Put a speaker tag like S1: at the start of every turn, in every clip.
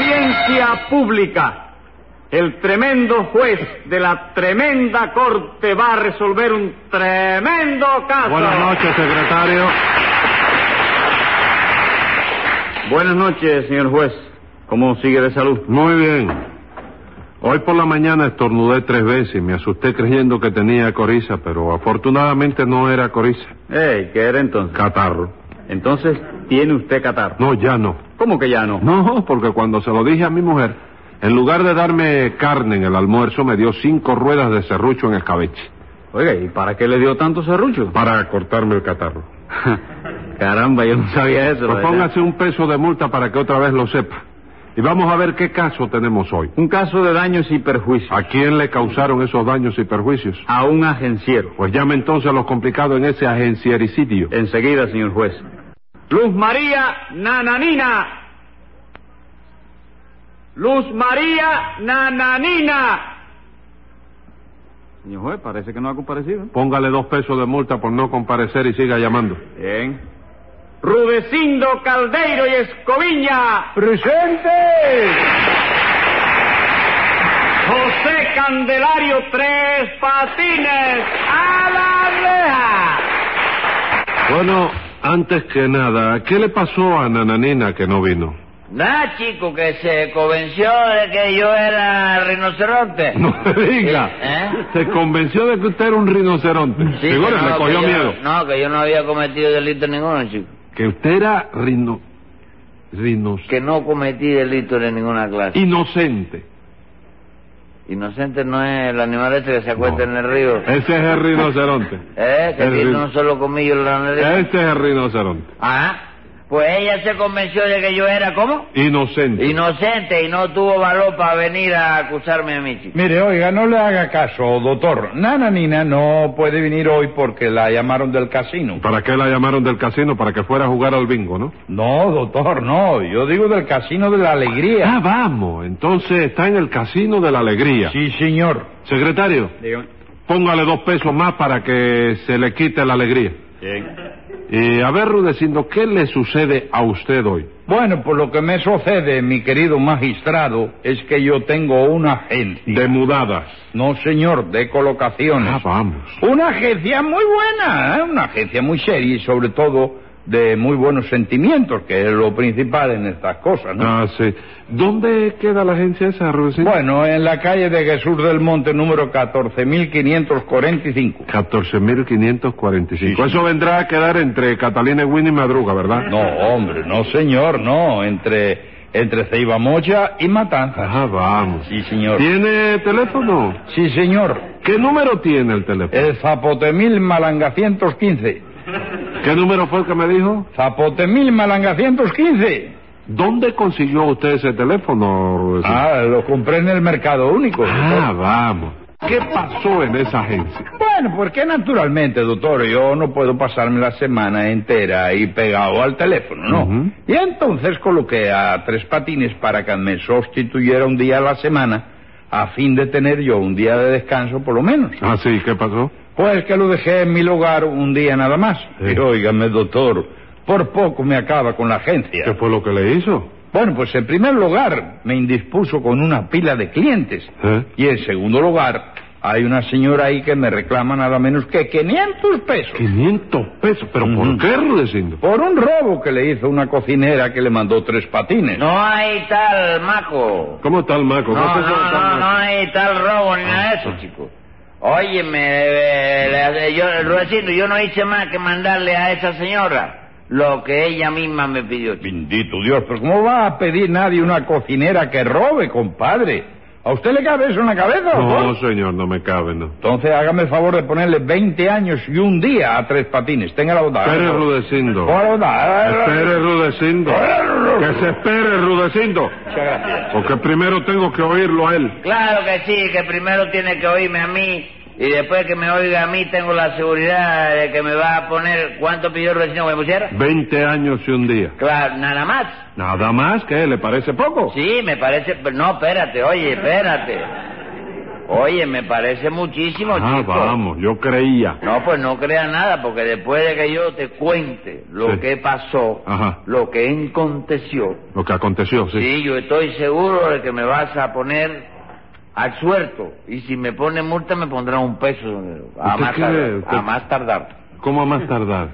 S1: democracia pública. El tremendo juez de la tremenda corte va a resolver un tremendo caso.
S2: Buenas noches, secretario.
S1: Buenas noches, señor juez. ¿Cómo sigue de salud?
S2: Muy bien. Hoy por la mañana estornudé tres veces y me asusté creyendo que tenía coriza, pero afortunadamente no era coriza.
S1: Ey, ¿qué era entonces?
S2: Catarro.
S1: Entonces, ¿tiene usted catarro?
S2: No, ya no.
S1: ¿Cómo que ya no?
S2: No, porque cuando se lo dije a mi mujer, en lugar de darme carne en el almuerzo, me dio cinco ruedas de serrucho en el escabeche
S1: Oiga, ¿y para qué le dio tanto serrucho?
S2: para cortarme el catarro.
S1: Caramba, yo no sabía eso.
S2: Pues
S1: ¿verdad?
S2: póngase un peso de multa para que otra vez lo sepa. Y vamos a ver qué caso tenemos hoy.
S1: Un caso de daños y perjuicios
S2: ¿A quién le causaron esos daños y perjuicios?
S1: a un agenciero.
S2: Pues llame entonces a los complicados en ese agenciericidio.
S1: Enseguida, señor juez. Luz María Nananina. Luz María Nananina. Señor juez, parece que no ha comparecido.
S2: Póngale dos pesos de multa por no comparecer y siga llamando.
S1: Bien. Rudecindo Caldeiro y Escoviña.
S3: ¡Presente!
S1: José Candelario Tres Patines. A la reja.
S2: Bueno, antes que nada, ¿qué le pasó a Nananina que no vino?
S3: Nada, chico, que se convenció de que yo era rinoceronte.
S2: No me diga.
S3: ¿Eh?
S2: Se convenció de que usted era un rinoceronte.
S3: Sí, que
S2: Figúrese,
S3: no,
S2: le
S3: que
S2: cogió
S3: yo-
S2: miedo.
S3: No, que yo no había cometido delito ninguno, chico.
S2: Que usted era rino... rinos...
S3: Que no cometí delito de ninguna clase.
S2: inocente.
S3: Inocente no es el animal este que se acuesta
S2: No.
S3: en el río.
S2: Ese es el rinoceronte.
S3: ¿Eh? Que
S2: El
S3: tiene
S2: rin-
S3: un solo comillo en la nariz.
S2: Este es el rinoceronte.
S3: Ajá. Pues ella se convenció de que yo era, ¿cómo?
S2: Inocente.
S3: Inocente y no tuvo valor para venir a acusarme a mí, chico.
S4: Mire, oiga, no le haga caso, doctor. Nana Nina no puede venir hoy porque la llamaron del casino.
S2: ¿Para qué la llamaron del casino? Para que fuera a jugar al bingo, ¿no?
S4: No, doctor, no. Yo digo del casino de la alegría.
S2: Ah, vamos. Entonces está en el casino de la alegría.
S4: Sí, señor.
S2: Secretario, póngale dos pesos más para que se le quite la alegría. Y a ver, Rudecindo, ¿qué le sucede a usted hoy?
S4: Bueno, por lo que me sucede, mi querido magistrado, es que yo tengo una agencia.
S2: De mudadas.
S4: No, señor, de colocaciones.
S2: Ah, vamos.
S4: Una agencia muy buena, ¿eh? una agencia muy seria y sobre todo de muy buenos sentimientos, que es lo principal en estas cosas, ¿no?
S2: Ah, sí. ¿Dónde queda la agencia esa, Rudecindo?
S4: Bueno, en la calle de Jesús del Monte número 14.545.
S2: 14.545. Eso vendrá a quedar entre Catalina y Winnie Madruga, ¿verdad?
S4: No, hombre, no señor, no, entre entre Ceibamocha y Matanza.
S2: Ah, vamos.
S4: Sí, señor.
S2: ¿Tiene teléfono?
S4: Sí, señor.
S2: ¿Qué número tiene el teléfono?
S4: El Zapotemil Malanga 115.
S2: ¿Qué número fue el que me dijo?
S4: Zapotemil Malanga 115.
S2: ¿Dónde consiguió usted ese teléfono, Rudecindo?
S4: Ah, lo compré en el Mercado Único.
S2: Ah, vamos. ¿Qué pasó en esa agencia?
S4: Bueno, porque naturalmente, doctor, yo no puedo pasarme la semana entera ahí pegado al teléfono, ¿no?
S2: Ujú.
S4: Y entonces coloqué a tres patines para que me sustituyera un día a la semana a fin de tener yo un día de descanso por lo menos.
S2: Ah, sí, ¿qué pasó?
S4: Pues que lo dejé en mi lugar un día nada más.
S2: Sí.
S4: Y óigame, doctor, por poco me acaba con la agencia.
S2: ¿Qué fue lo que le hizo?
S4: Bueno, pues en primer lugar me indispuso con una pila de clientes.
S2: ¿Eh?
S4: Y en segundo lugar, hay una señora ahí que me reclama nada menos que 500 pesos
S2: 500 pesos. ¿Pero por
S4: Ujú.
S2: qué, Rudecindo?
S4: por un robo que le hizo una cocinera que le mandó tres patines.
S3: No hay tal maco.
S2: ¿Cómo está Ah. el maco?
S3: No,
S2: ¿Qué pasó con
S3: no,
S2: el
S3: no, no
S2: maco?
S3: hay tal robo ni nada de eso, chico. Óyeme, eh, eh, yo, Rudecindo, yo no hice más que mandarle a esa señora lo que ella misma me pidió, chico.
S4: Bendito Dios, pero Pues, ¿cómo va a pedir nadie una cocinera que robe, compadre? ¿A usted le cabe eso en la cabeza?
S2: No,
S4: doctor?
S2: señor, no me cabe, no.
S4: Entonces hágame el favor de ponerle 20 años y un día a tres patines. Tenga la bondad.
S2: Espere, Rudecindo.
S4: Por la bondad.
S2: Espere, Rudecindo. Que se espere, Rudecindo.
S4: Muchas gracias.
S2: Porque primero tengo que oírlo a él.
S3: Claro que sí, que primero tiene que oírme a mí y después que me oiga a mí tengo la seguridad de que me va a poner cuánto pidió el vecino que me pusiera.
S2: 20 años y un día.
S3: Claro, nada más.
S2: Nada más que le parece poco.
S3: Sí, me parece... pero No, espérate, oye, espérate. Oye, me parece muchísimo,
S2: Ah,
S3: chico.
S2: vamos, yo creía.
S3: No, pues no crea nada, porque después de que yo te cuente lo
S2: Sí.
S3: que pasó,
S2: Ajá.
S3: lo que aconteció,
S2: Lo que aconteció, sí.
S3: sí. yo estoy seguro de que me vas a poner al suelto. Y si me pone multa, me pondrá un peso a,
S2: ¿Usted
S3: más
S2: quiere-
S3: tardar,
S2: usted-
S3: a más tardar.
S2: ¿Cómo a más tardar?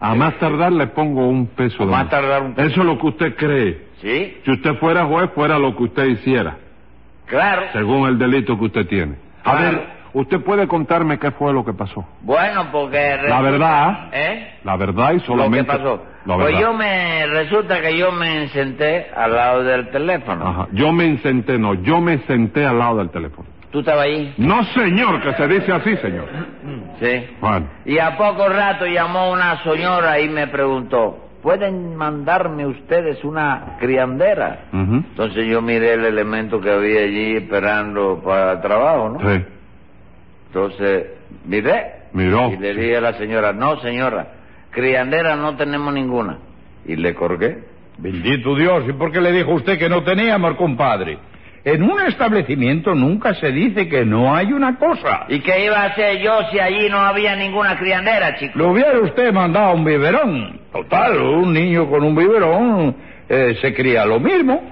S2: A más tardar le pongo un peso.
S3: A
S2: de
S3: más
S2: más.
S3: tardar un peso.
S2: Eso es lo que usted cree.
S3: ¿Sí?
S2: Si usted fuera juez, fuera lo que usted hiciera,
S3: Claro.
S2: según el delito que usted tiene. A
S3: Claro.
S2: ver, usted puede contarme qué fue lo que pasó.
S3: Bueno, porque...
S2: La verdad,
S3: ¿Eh?
S2: la verdad y solamente...
S3: lo que pasó.
S2: La
S3: Pues
S2: verdad.
S3: yo me resulta que yo me senté al lado del teléfono.
S2: Ajá. Yo me senté, no, yo me senté al lado del teléfono.
S3: ¿Tú estabas ahí?
S2: No, señor, que se dice así, señor.
S3: Sí.
S2: Bueno,
S3: Y a poco rato llamó una señora y me preguntó, ¿pueden mandarme ustedes una criandera?
S2: ujú.
S3: Entonces yo miré el elemento que había allí esperando para trabajo, ¿no?
S2: sí,
S3: Entonces miré
S2: miró.
S3: y le dije a la señora, no señora, criandera no tenemos ninguna. Y le colgué.
S4: Bendito Dios, ¿y por qué le dijo usted que no teníamos, compadre? En un establecimiento nunca se dice que no hay una cosa.
S3: ¿Y qué iba a hacer yo si allí no había ninguna criandera, chico?
S4: Le hubiera usted mandado un biberón. Total, un niño con un biberón eh, se cría lo mismo.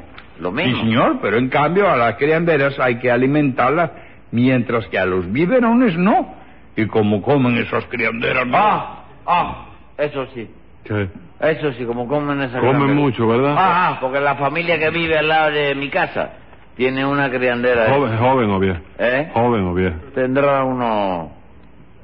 S3: Lo
S4: Sí,
S3: mismo.
S4: señor, pero en cambio a las crianderas hay que alimentarlas, mientras que a los biberones no. Y como comen esas crianderas,
S3: Ah,
S4: va.
S3: ah, eso sí.
S2: Sí.
S3: Eso sí, como comen esa
S2: Come
S3: criandera.
S2: mucho, ¿verdad?
S3: Ah, ah, porque la familia que vive al lado de mi casa tiene una criandera. ¿eh?
S2: Joven, joven o bien.
S3: ¿Eh?
S2: Joven o bien.
S3: Tendrá unos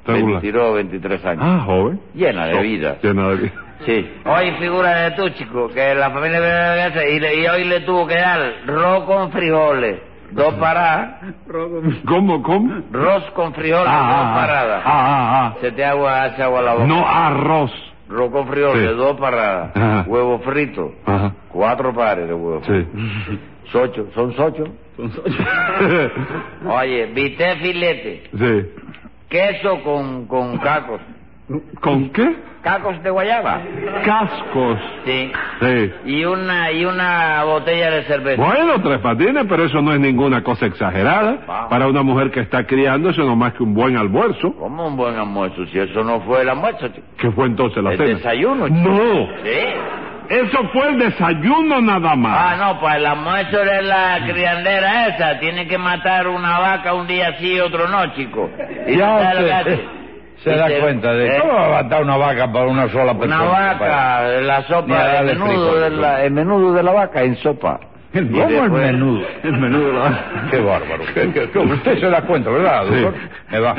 S2: Regular.
S3: 22 o 23 años.
S2: Ah, joven.
S3: Llena de vida.
S2: Llena de vida.
S3: Sí. Hoy figura de tú, chico, que la familia que vive en la casa y, le- y hoy le tuvo que dar ro con frijoles, dos paradas,
S2: ¿Cómo, cómo?
S3: ros con frijoles, dos
S2: Ah, ah,
S3: paradas.
S2: ah, ah,
S3: Se te agua, hace agua la
S2: ah.
S3: boca.
S2: No arroz.
S3: Ro con frijoles,
S2: Sí.
S3: dos paradas,
S2: Ajá.
S3: huevo frito.
S2: Ajá.
S3: Cuatro pares de huevos.
S2: Sí.
S3: Socho, son socho. Oye, bistec filete,
S2: sí.
S3: queso con, con cacos.
S2: ¿Con qué?
S3: Cacos de guayaba.
S2: Cascos.
S3: Sí.
S2: Sí.
S3: Y una, y una botella de cerveza.
S2: Bueno, tres patines, pero eso no es ninguna cosa exagerada.
S3: Vamos.
S2: Para una mujer que está criando, eso no es más que un buen almuerzo.
S3: Como un buen almuerzo, si eso no fue el almuerzo, chico.
S2: ¿Qué fue entonces la
S3: El
S2: cena?
S3: desayuno, chico.
S2: No,
S3: Sí.
S2: eso fue el desayuno nada
S3: Ah,
S2: más.
S3: no, pues el almuerzo de la criandera esa. Tiene que matar una vaca un día sí y otro no, chico. Y tú
S4: Ya
S3: sabes lo que
S4: usted
S3: hace.
S4: eh, se da
S3: Dice,
S4: cuenta de
S3: eh,
S4: cómo va a matar una vaca para una sola persona.
S3: Una vaca,
S4: compadre?
S3: la
S4: Ni a
S3: sopa, el
S4: darle
S3: menudo,
S4: frijoles,
S3: de la,
S4: ¿no?
S3: el menudo de la vaca en sopa. Y
S4: ¿Cómo el
S3: después-
S4: menudo?
S2: El menú de la-
S4: Qué bárbaro. Qué- qué- qué- Usted se da cuenta, ¿verdad, doctor?
S2: Sí.
S4: Me va.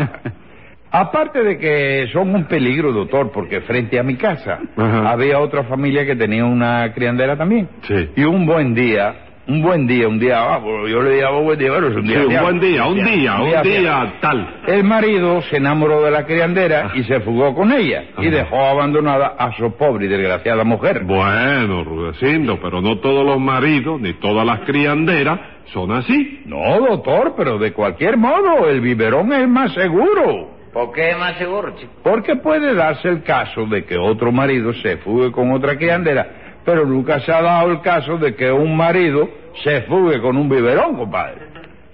S4: Aparte de que son un peligro, doctor, porque frente a mi casa
S2: Ajá.
S4: había otra familia que tenía una criandera también.
S2: Sí.
S4: Y un buen día, un buen día, un día, ah, bueno, yo le llamo buen día, pero es un
S2: Sí,
S4: día.
S2: un
S4: fiable,
S2: buen día, un día, un
S4: fiable.
S2: día tal.
S4: El marido se enamoró de la criandera y se fugó con ella y
S2: Ah. Ajá.
S4: dejó abandonada a su pobre y desgraciada mujer.
S2: Bueno, Rudecindo, pero no todos los maridos ni todas las crianderas son así.
S4: No, doctor, pero de cualquier modo, el biberón es más seguro.
S3: ¿Por qué es más seguro, chico?
S4: Porque puede darse el caso de que otro marido se fugue con otra criandera, pero nunca se ha dado el caso de que un marido se fugue con un biberón, compadre.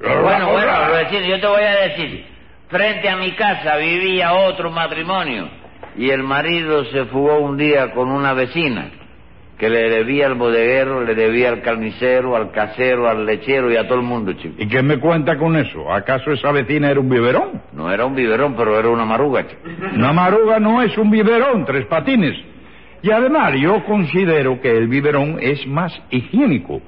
S3: Bueno, bueno, lo decir, yo te voy a decir. Frente a mi casa vivía otro matrimonio y el marido se fugó un día con una vecina que le debía al bodeguero, le debía al carnicero, al casero, al lechero y a todo el mundo, chico.
S4: ¿Y qué me cuenta con eso? ¿Acaso esa vecina era un biberón?
S3: No era un biberón, pero era una maruga, chico.
S4: Una maruga no es un biberón, tres patines. Y además yo considero que el biberón es más higiénico,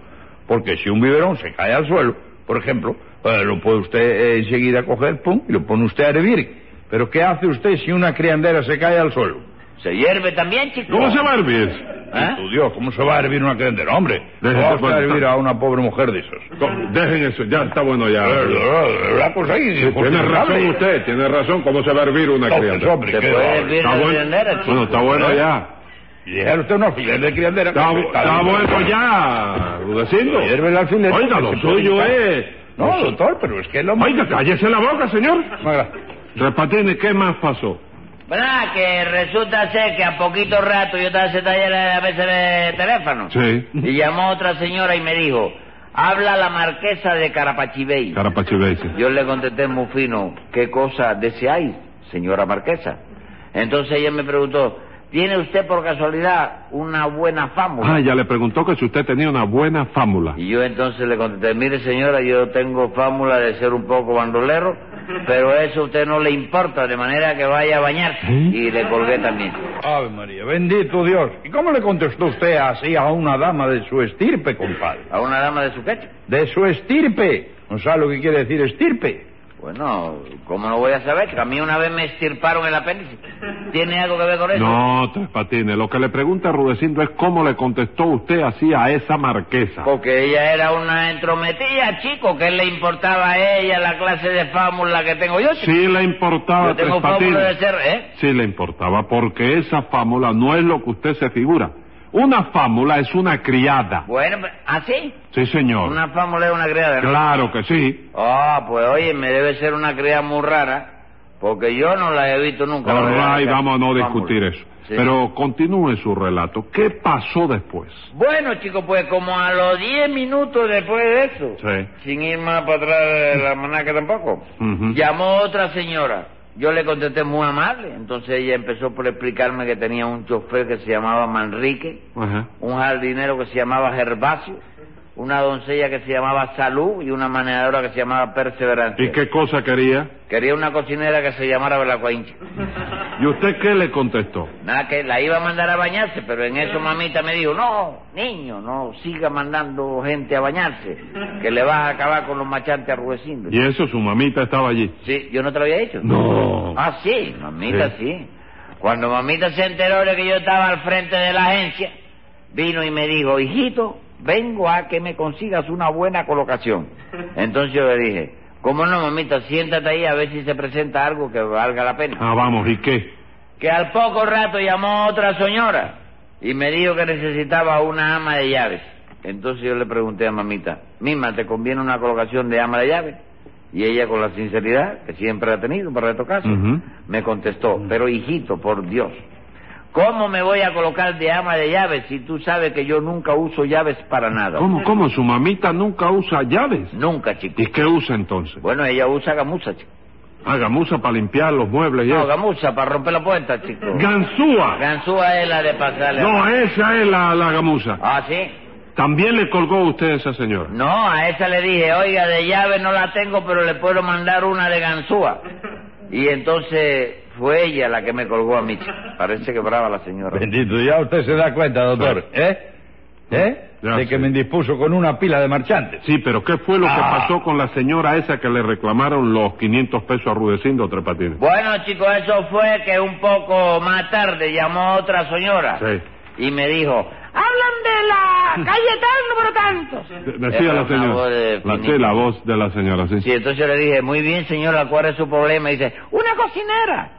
S4: porque si un biberón se cae al suelo, por ejemplo, eh, lo puede usted eh, enseguida coger, pum, y lo pone usted a hervir. Pero ¿qué hace usted si una criandera se cae al suelo?
S3: ¿Se hierve también, chico?
S2: ¿Cómo se va a hervir?
S3: ¿Eh?
S4: Tu Dios, ¿cómo se va a hervir una criandera? Hombre,
S2: Deje
S4: ¿cómo va
S2: de
S4: usted a hervir
S2: contar.
S4: a una pobre mujer de esas?
S2: Co- Dejen eso, ya está bueno ya.
S4: La cosa ahí es
S2: Ah, Tiene razón
S4: injustificable.
S2: usted, tiene razón. ¿Cómo se va a hervir una
S4: No, pues,
S2: criandera?
S4: hombre,
S3: Se
S4: qué
S3: puede
S4: bárbaro.
S3: hervir una criandera, chico.
S2: Bueno, está bueno ya.
S4: Y dejar usted un alfiler de criandera.
S2: Está,
S4: que-
S2: está bueno ya, Rudecindo.
S4: Hierve el alfiler.
S2: Oiga, lo
S4: Se
S2: suyo
S4: puede
S2: es...
S4: No, doctor, pero es que el hombre...
S2: Oiga, cállese la boca, señor.
S4: Oiga.
S2: Repatine, ¿qué más pasó?
S3: ¿Verdad? ah, Que resulta ser que a poquito rato yo estaba ese taller a veces de teléfono.
S2: Sí.
S3: Y llamó otra señora y me dijo, Habla la marquesa de Carapachibey.
S2: Carapachibey, sí.
S3: Yo le contesté muy fino, ¿qué cosa deseáis, señora marquesa? Entonces ella me preguntó, ¿tiene usted por casualidad una buena fábula?
S2: Ah, ya le preguntó que si usted tenía una buena fámula.
S3: Y yo entonces le contesté, mire señora, yo tengo fámula de ser un poco bandolero, pero eso a usted no le importa, de manera que vaya a bañarse. Y le colgué también.
S4: Ave María, bendito Dios. ¿Y cómo le contestó usted así a una dama de su estirpe, compadre?
S3: ¿A una dama de su queche?
S4: De su estirpe. ¿No sabe lo que quiere decir estirpe?
S3: Bueno, ¿cómo no voy a saber? Que a mí una vez me estirparon el apéndice. ¿Tiene algo que ver con eso?
S2: No, Tres Patines, lo que le pregunta Rudecindo es cómo le contestó usted así a esa marquesa.
S3: Porque ella era una entrometida, chico. ¿Qué le importaba a ella la clase de fámula que tengo yo? chico?
S2: Sí pues, le importaba,
S3: yo tengo
S2: Tres
S3: fábula de
S2: Patines.
S3: ser, ¿eh?
S2: Sí le importaba, porque esa fámula no es lo que usted se figura. Una fámula es una criada.
S3: Bueno, pues, ¿ah, sí?
S2: Sí, señor.
S3: Una fámula es una criada, ¿no?
S2: Claro que sí.
S3: Ah, pues oye, me debe ser una criada muy rara, porque yo no la he visto nunca. la verdad,
S2: Ay,
S3: esa
S2: vamos a no
S3: fábula.
S2: discutir eso.
S3: Sí.
S2: Pero continúe su relato. ¿Qué pasó después?
S3: Bueno, chicos, pues como a los 10 minutos después de eso,
S2: Sí.
S3: sin ir más para atrás de la manaca tampoco,
S2: Ujú.
S3: llamó otra señora. Yo le contesté muy amable, entonces ella empezó por explicarme que tenía un chofer que se llamaba Manrique,
S2: Ajá.
S3: un jardinero que se llamaba Gervasio, una doncella que se llamaba Salud y una manejadora que se llamaba Perseverancia.
S2: ¿Y qué cosa quería?
S3: Quería una cocinera que se llamara Belacuaincha.
S2: ¿Y usted qué le contestó?
S3: Nada, que la iba a mandar a bañarse, pero en eso mamita me dijo, no, niño, no siga mandando gente a bañarse, que le vas a acabar con los machantes arruecindo.
S2: Y eso, su mamita estaba allí.
S3: Sí, yo no te lo había dicho.
S2: No.
S3: Ah, sí, mamita,
S2: Sí.
S3: sí. Cuando mamita se enteró de que yo estaba al frente de la agencia, vino y me dijo, hijito, vengo a que me consigas una buena colocación. Entonces yo le dije, ¿cómo no, mamita? Siéntate ahí a ver si se presenta algo que valga la pena.
S2: Ah, vamos, ¿y qué?
S3: que al poco rato llamó otra señora y me dijo que necesitaba una ama de llaves. Entonces yo le pregunté a mamita, Mima, ¿te conviene una colocación de ama de llaves? Y ella con la sinceridad que siempre ha tenido para estos casos,
S2: Ujú.
S3: me contestó,
S2: Mm.
S3: pero hijito, por Dios, ¿cómo me voy a colocar de ama de llaves si tú sabes que yo nunca uso llaves para nada?
S2: ¿Cómo, cómo? ¿Su mamita nunca usa llaves?
S3: Nunca, chico.
S2: ¿Y qué usa entonces?
S3: Bueno, ella usa gamuza, chico.
S2: Ah, gamuza para limpiar los muebles y
S3: No,
S2: eso.
S3: gamuza, para romper la puerta, chico.
S2: ¡Ganzúa!
S3: Ganzúa es la de pasarle.
S2: No, eh. esa es la, la gamuza.
S3: Ah, sí.
S2: También le colgó usted a esa señora.
S3: No, a esa le dije, oiga, de llave no la tengo, pero le puedo mandar una de ganzúa. Y entonces fue ella la que me colgó a mí. Parece que brava la señora.
S4: Bendito, ya usted se da cuenta, doctor. ¿Eh? ¿Eh?
S2: Ya
S4: de que
S2: sé.
S4: me indispuso con una pila de marchantes.
S2: Sí, pero ¿qué fue lo que
S4: Ah.
S2: pasó con la señora esa que le reclamaron los 500 pesos a Rudecindo Tres Patines?
S3: Bueno, chicos, eso fue que un poco más tarde llamó otra señora
S2: Sí.
S3: y me dijo,
S5: Hablan de la calle tal número tantos.
S2: De- Decía
S3: Era
S2: la
S3: una
S2: señora.
S3: voz de
S2: la, sí,
S3: finito.
S2: la voz de la señora, sí.
S3: sí, entonces yo le dije, muy bien señora, ¿cuál es su problema? Y dice,
S5: Una cocinera.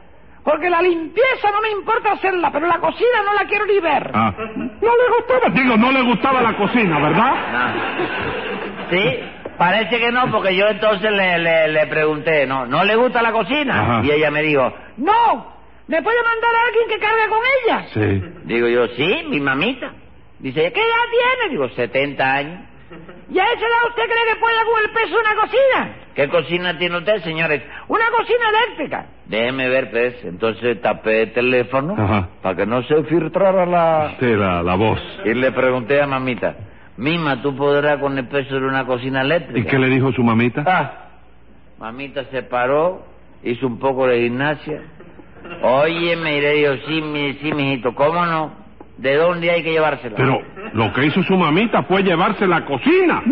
S5: Porque la limpieza no me importa hacerla, pero la cocina no la quiero ni ver.
S2: Ah. No le gustaba. Digo, no le gustaba la cocina, ¿verdad?
S3: No. Sí, parece que no, porque yo entonces le, le, le pregunté, ¿no? ¿No le gusta la cocina?
S2: Ajá.
S3: Y ella me dijo,
S5: No, ¿me puede mandar a alguien que cargue con ella?
S2: Sí.
S3: digo yo, sí, mi mamita. Dice,
S5: ¿Qué
S3: ¿qué?
S5: edad tiene?
S3: Digo, 70 años.
S5: ¿Y a esa edad usted cree que puede con el peso de una cocina?
S3: ¿Qué cocina tiene usted, señores?
S5: Una cocina eléctrica.
S3: Déjeme ver, pues. Entonces tapé el teléfono
S2: Ajá.
S3: para que no se filtrara la...
S2: Sí, la, la voz.
S3: Y le pregunté a mamita, Mima, ¿tú podrás con el peso de una cocina eléctrica?
S2: ¿Y qué le dijo su mamita?
S3: Ah, mamita se paró, hizo un poco de gimnasia. Oye, me dijo, sí, mi, sí, mijito, ¿cómo no? ¿De dónde hay que llevársela?
S2: Pero lo que hizo su mamita fue llevarse la cocina.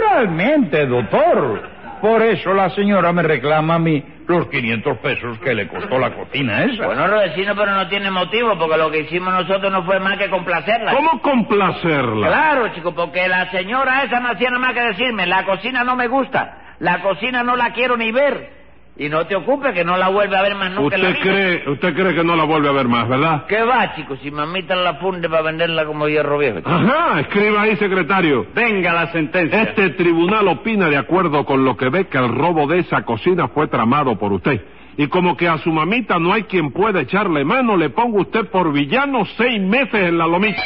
S4: Naturalmente, doctor. Por eso la señora me reclama a mí los 500 pesos que le costó la cocina esa.
S3: Bueno, Rodecino, pero no tiene motivo, porque lo que hicimos nosotros no fue más que complacerla.
S2: ¿Cómo complacerla?
S3: Claro, chico, porque la señora esa no hacía nada más que decirme, la cocina no me gusta, la cocina no la quiero ni ver. Y no te ocupes que no la vuelve a ver más nunca en la
S2: Usted
S3: vida.
S2: cree, usted cree que no la vuelve a ver más, ¿verdad?
S3: ¿Qué va, chico? Si mamita la funde para venderla como hierro viejo. chico.
S2: Ajá, escriba ahí, secretario.
S1: Venga la sentencia.
S2: Este tribunal opina de acuerdo con lo que ve que el robo de esa cocina fue tramado por usted. Y como que a su mamita no hay quien pueda echarle mano, le pongo usted por villano seis meses en la lomita.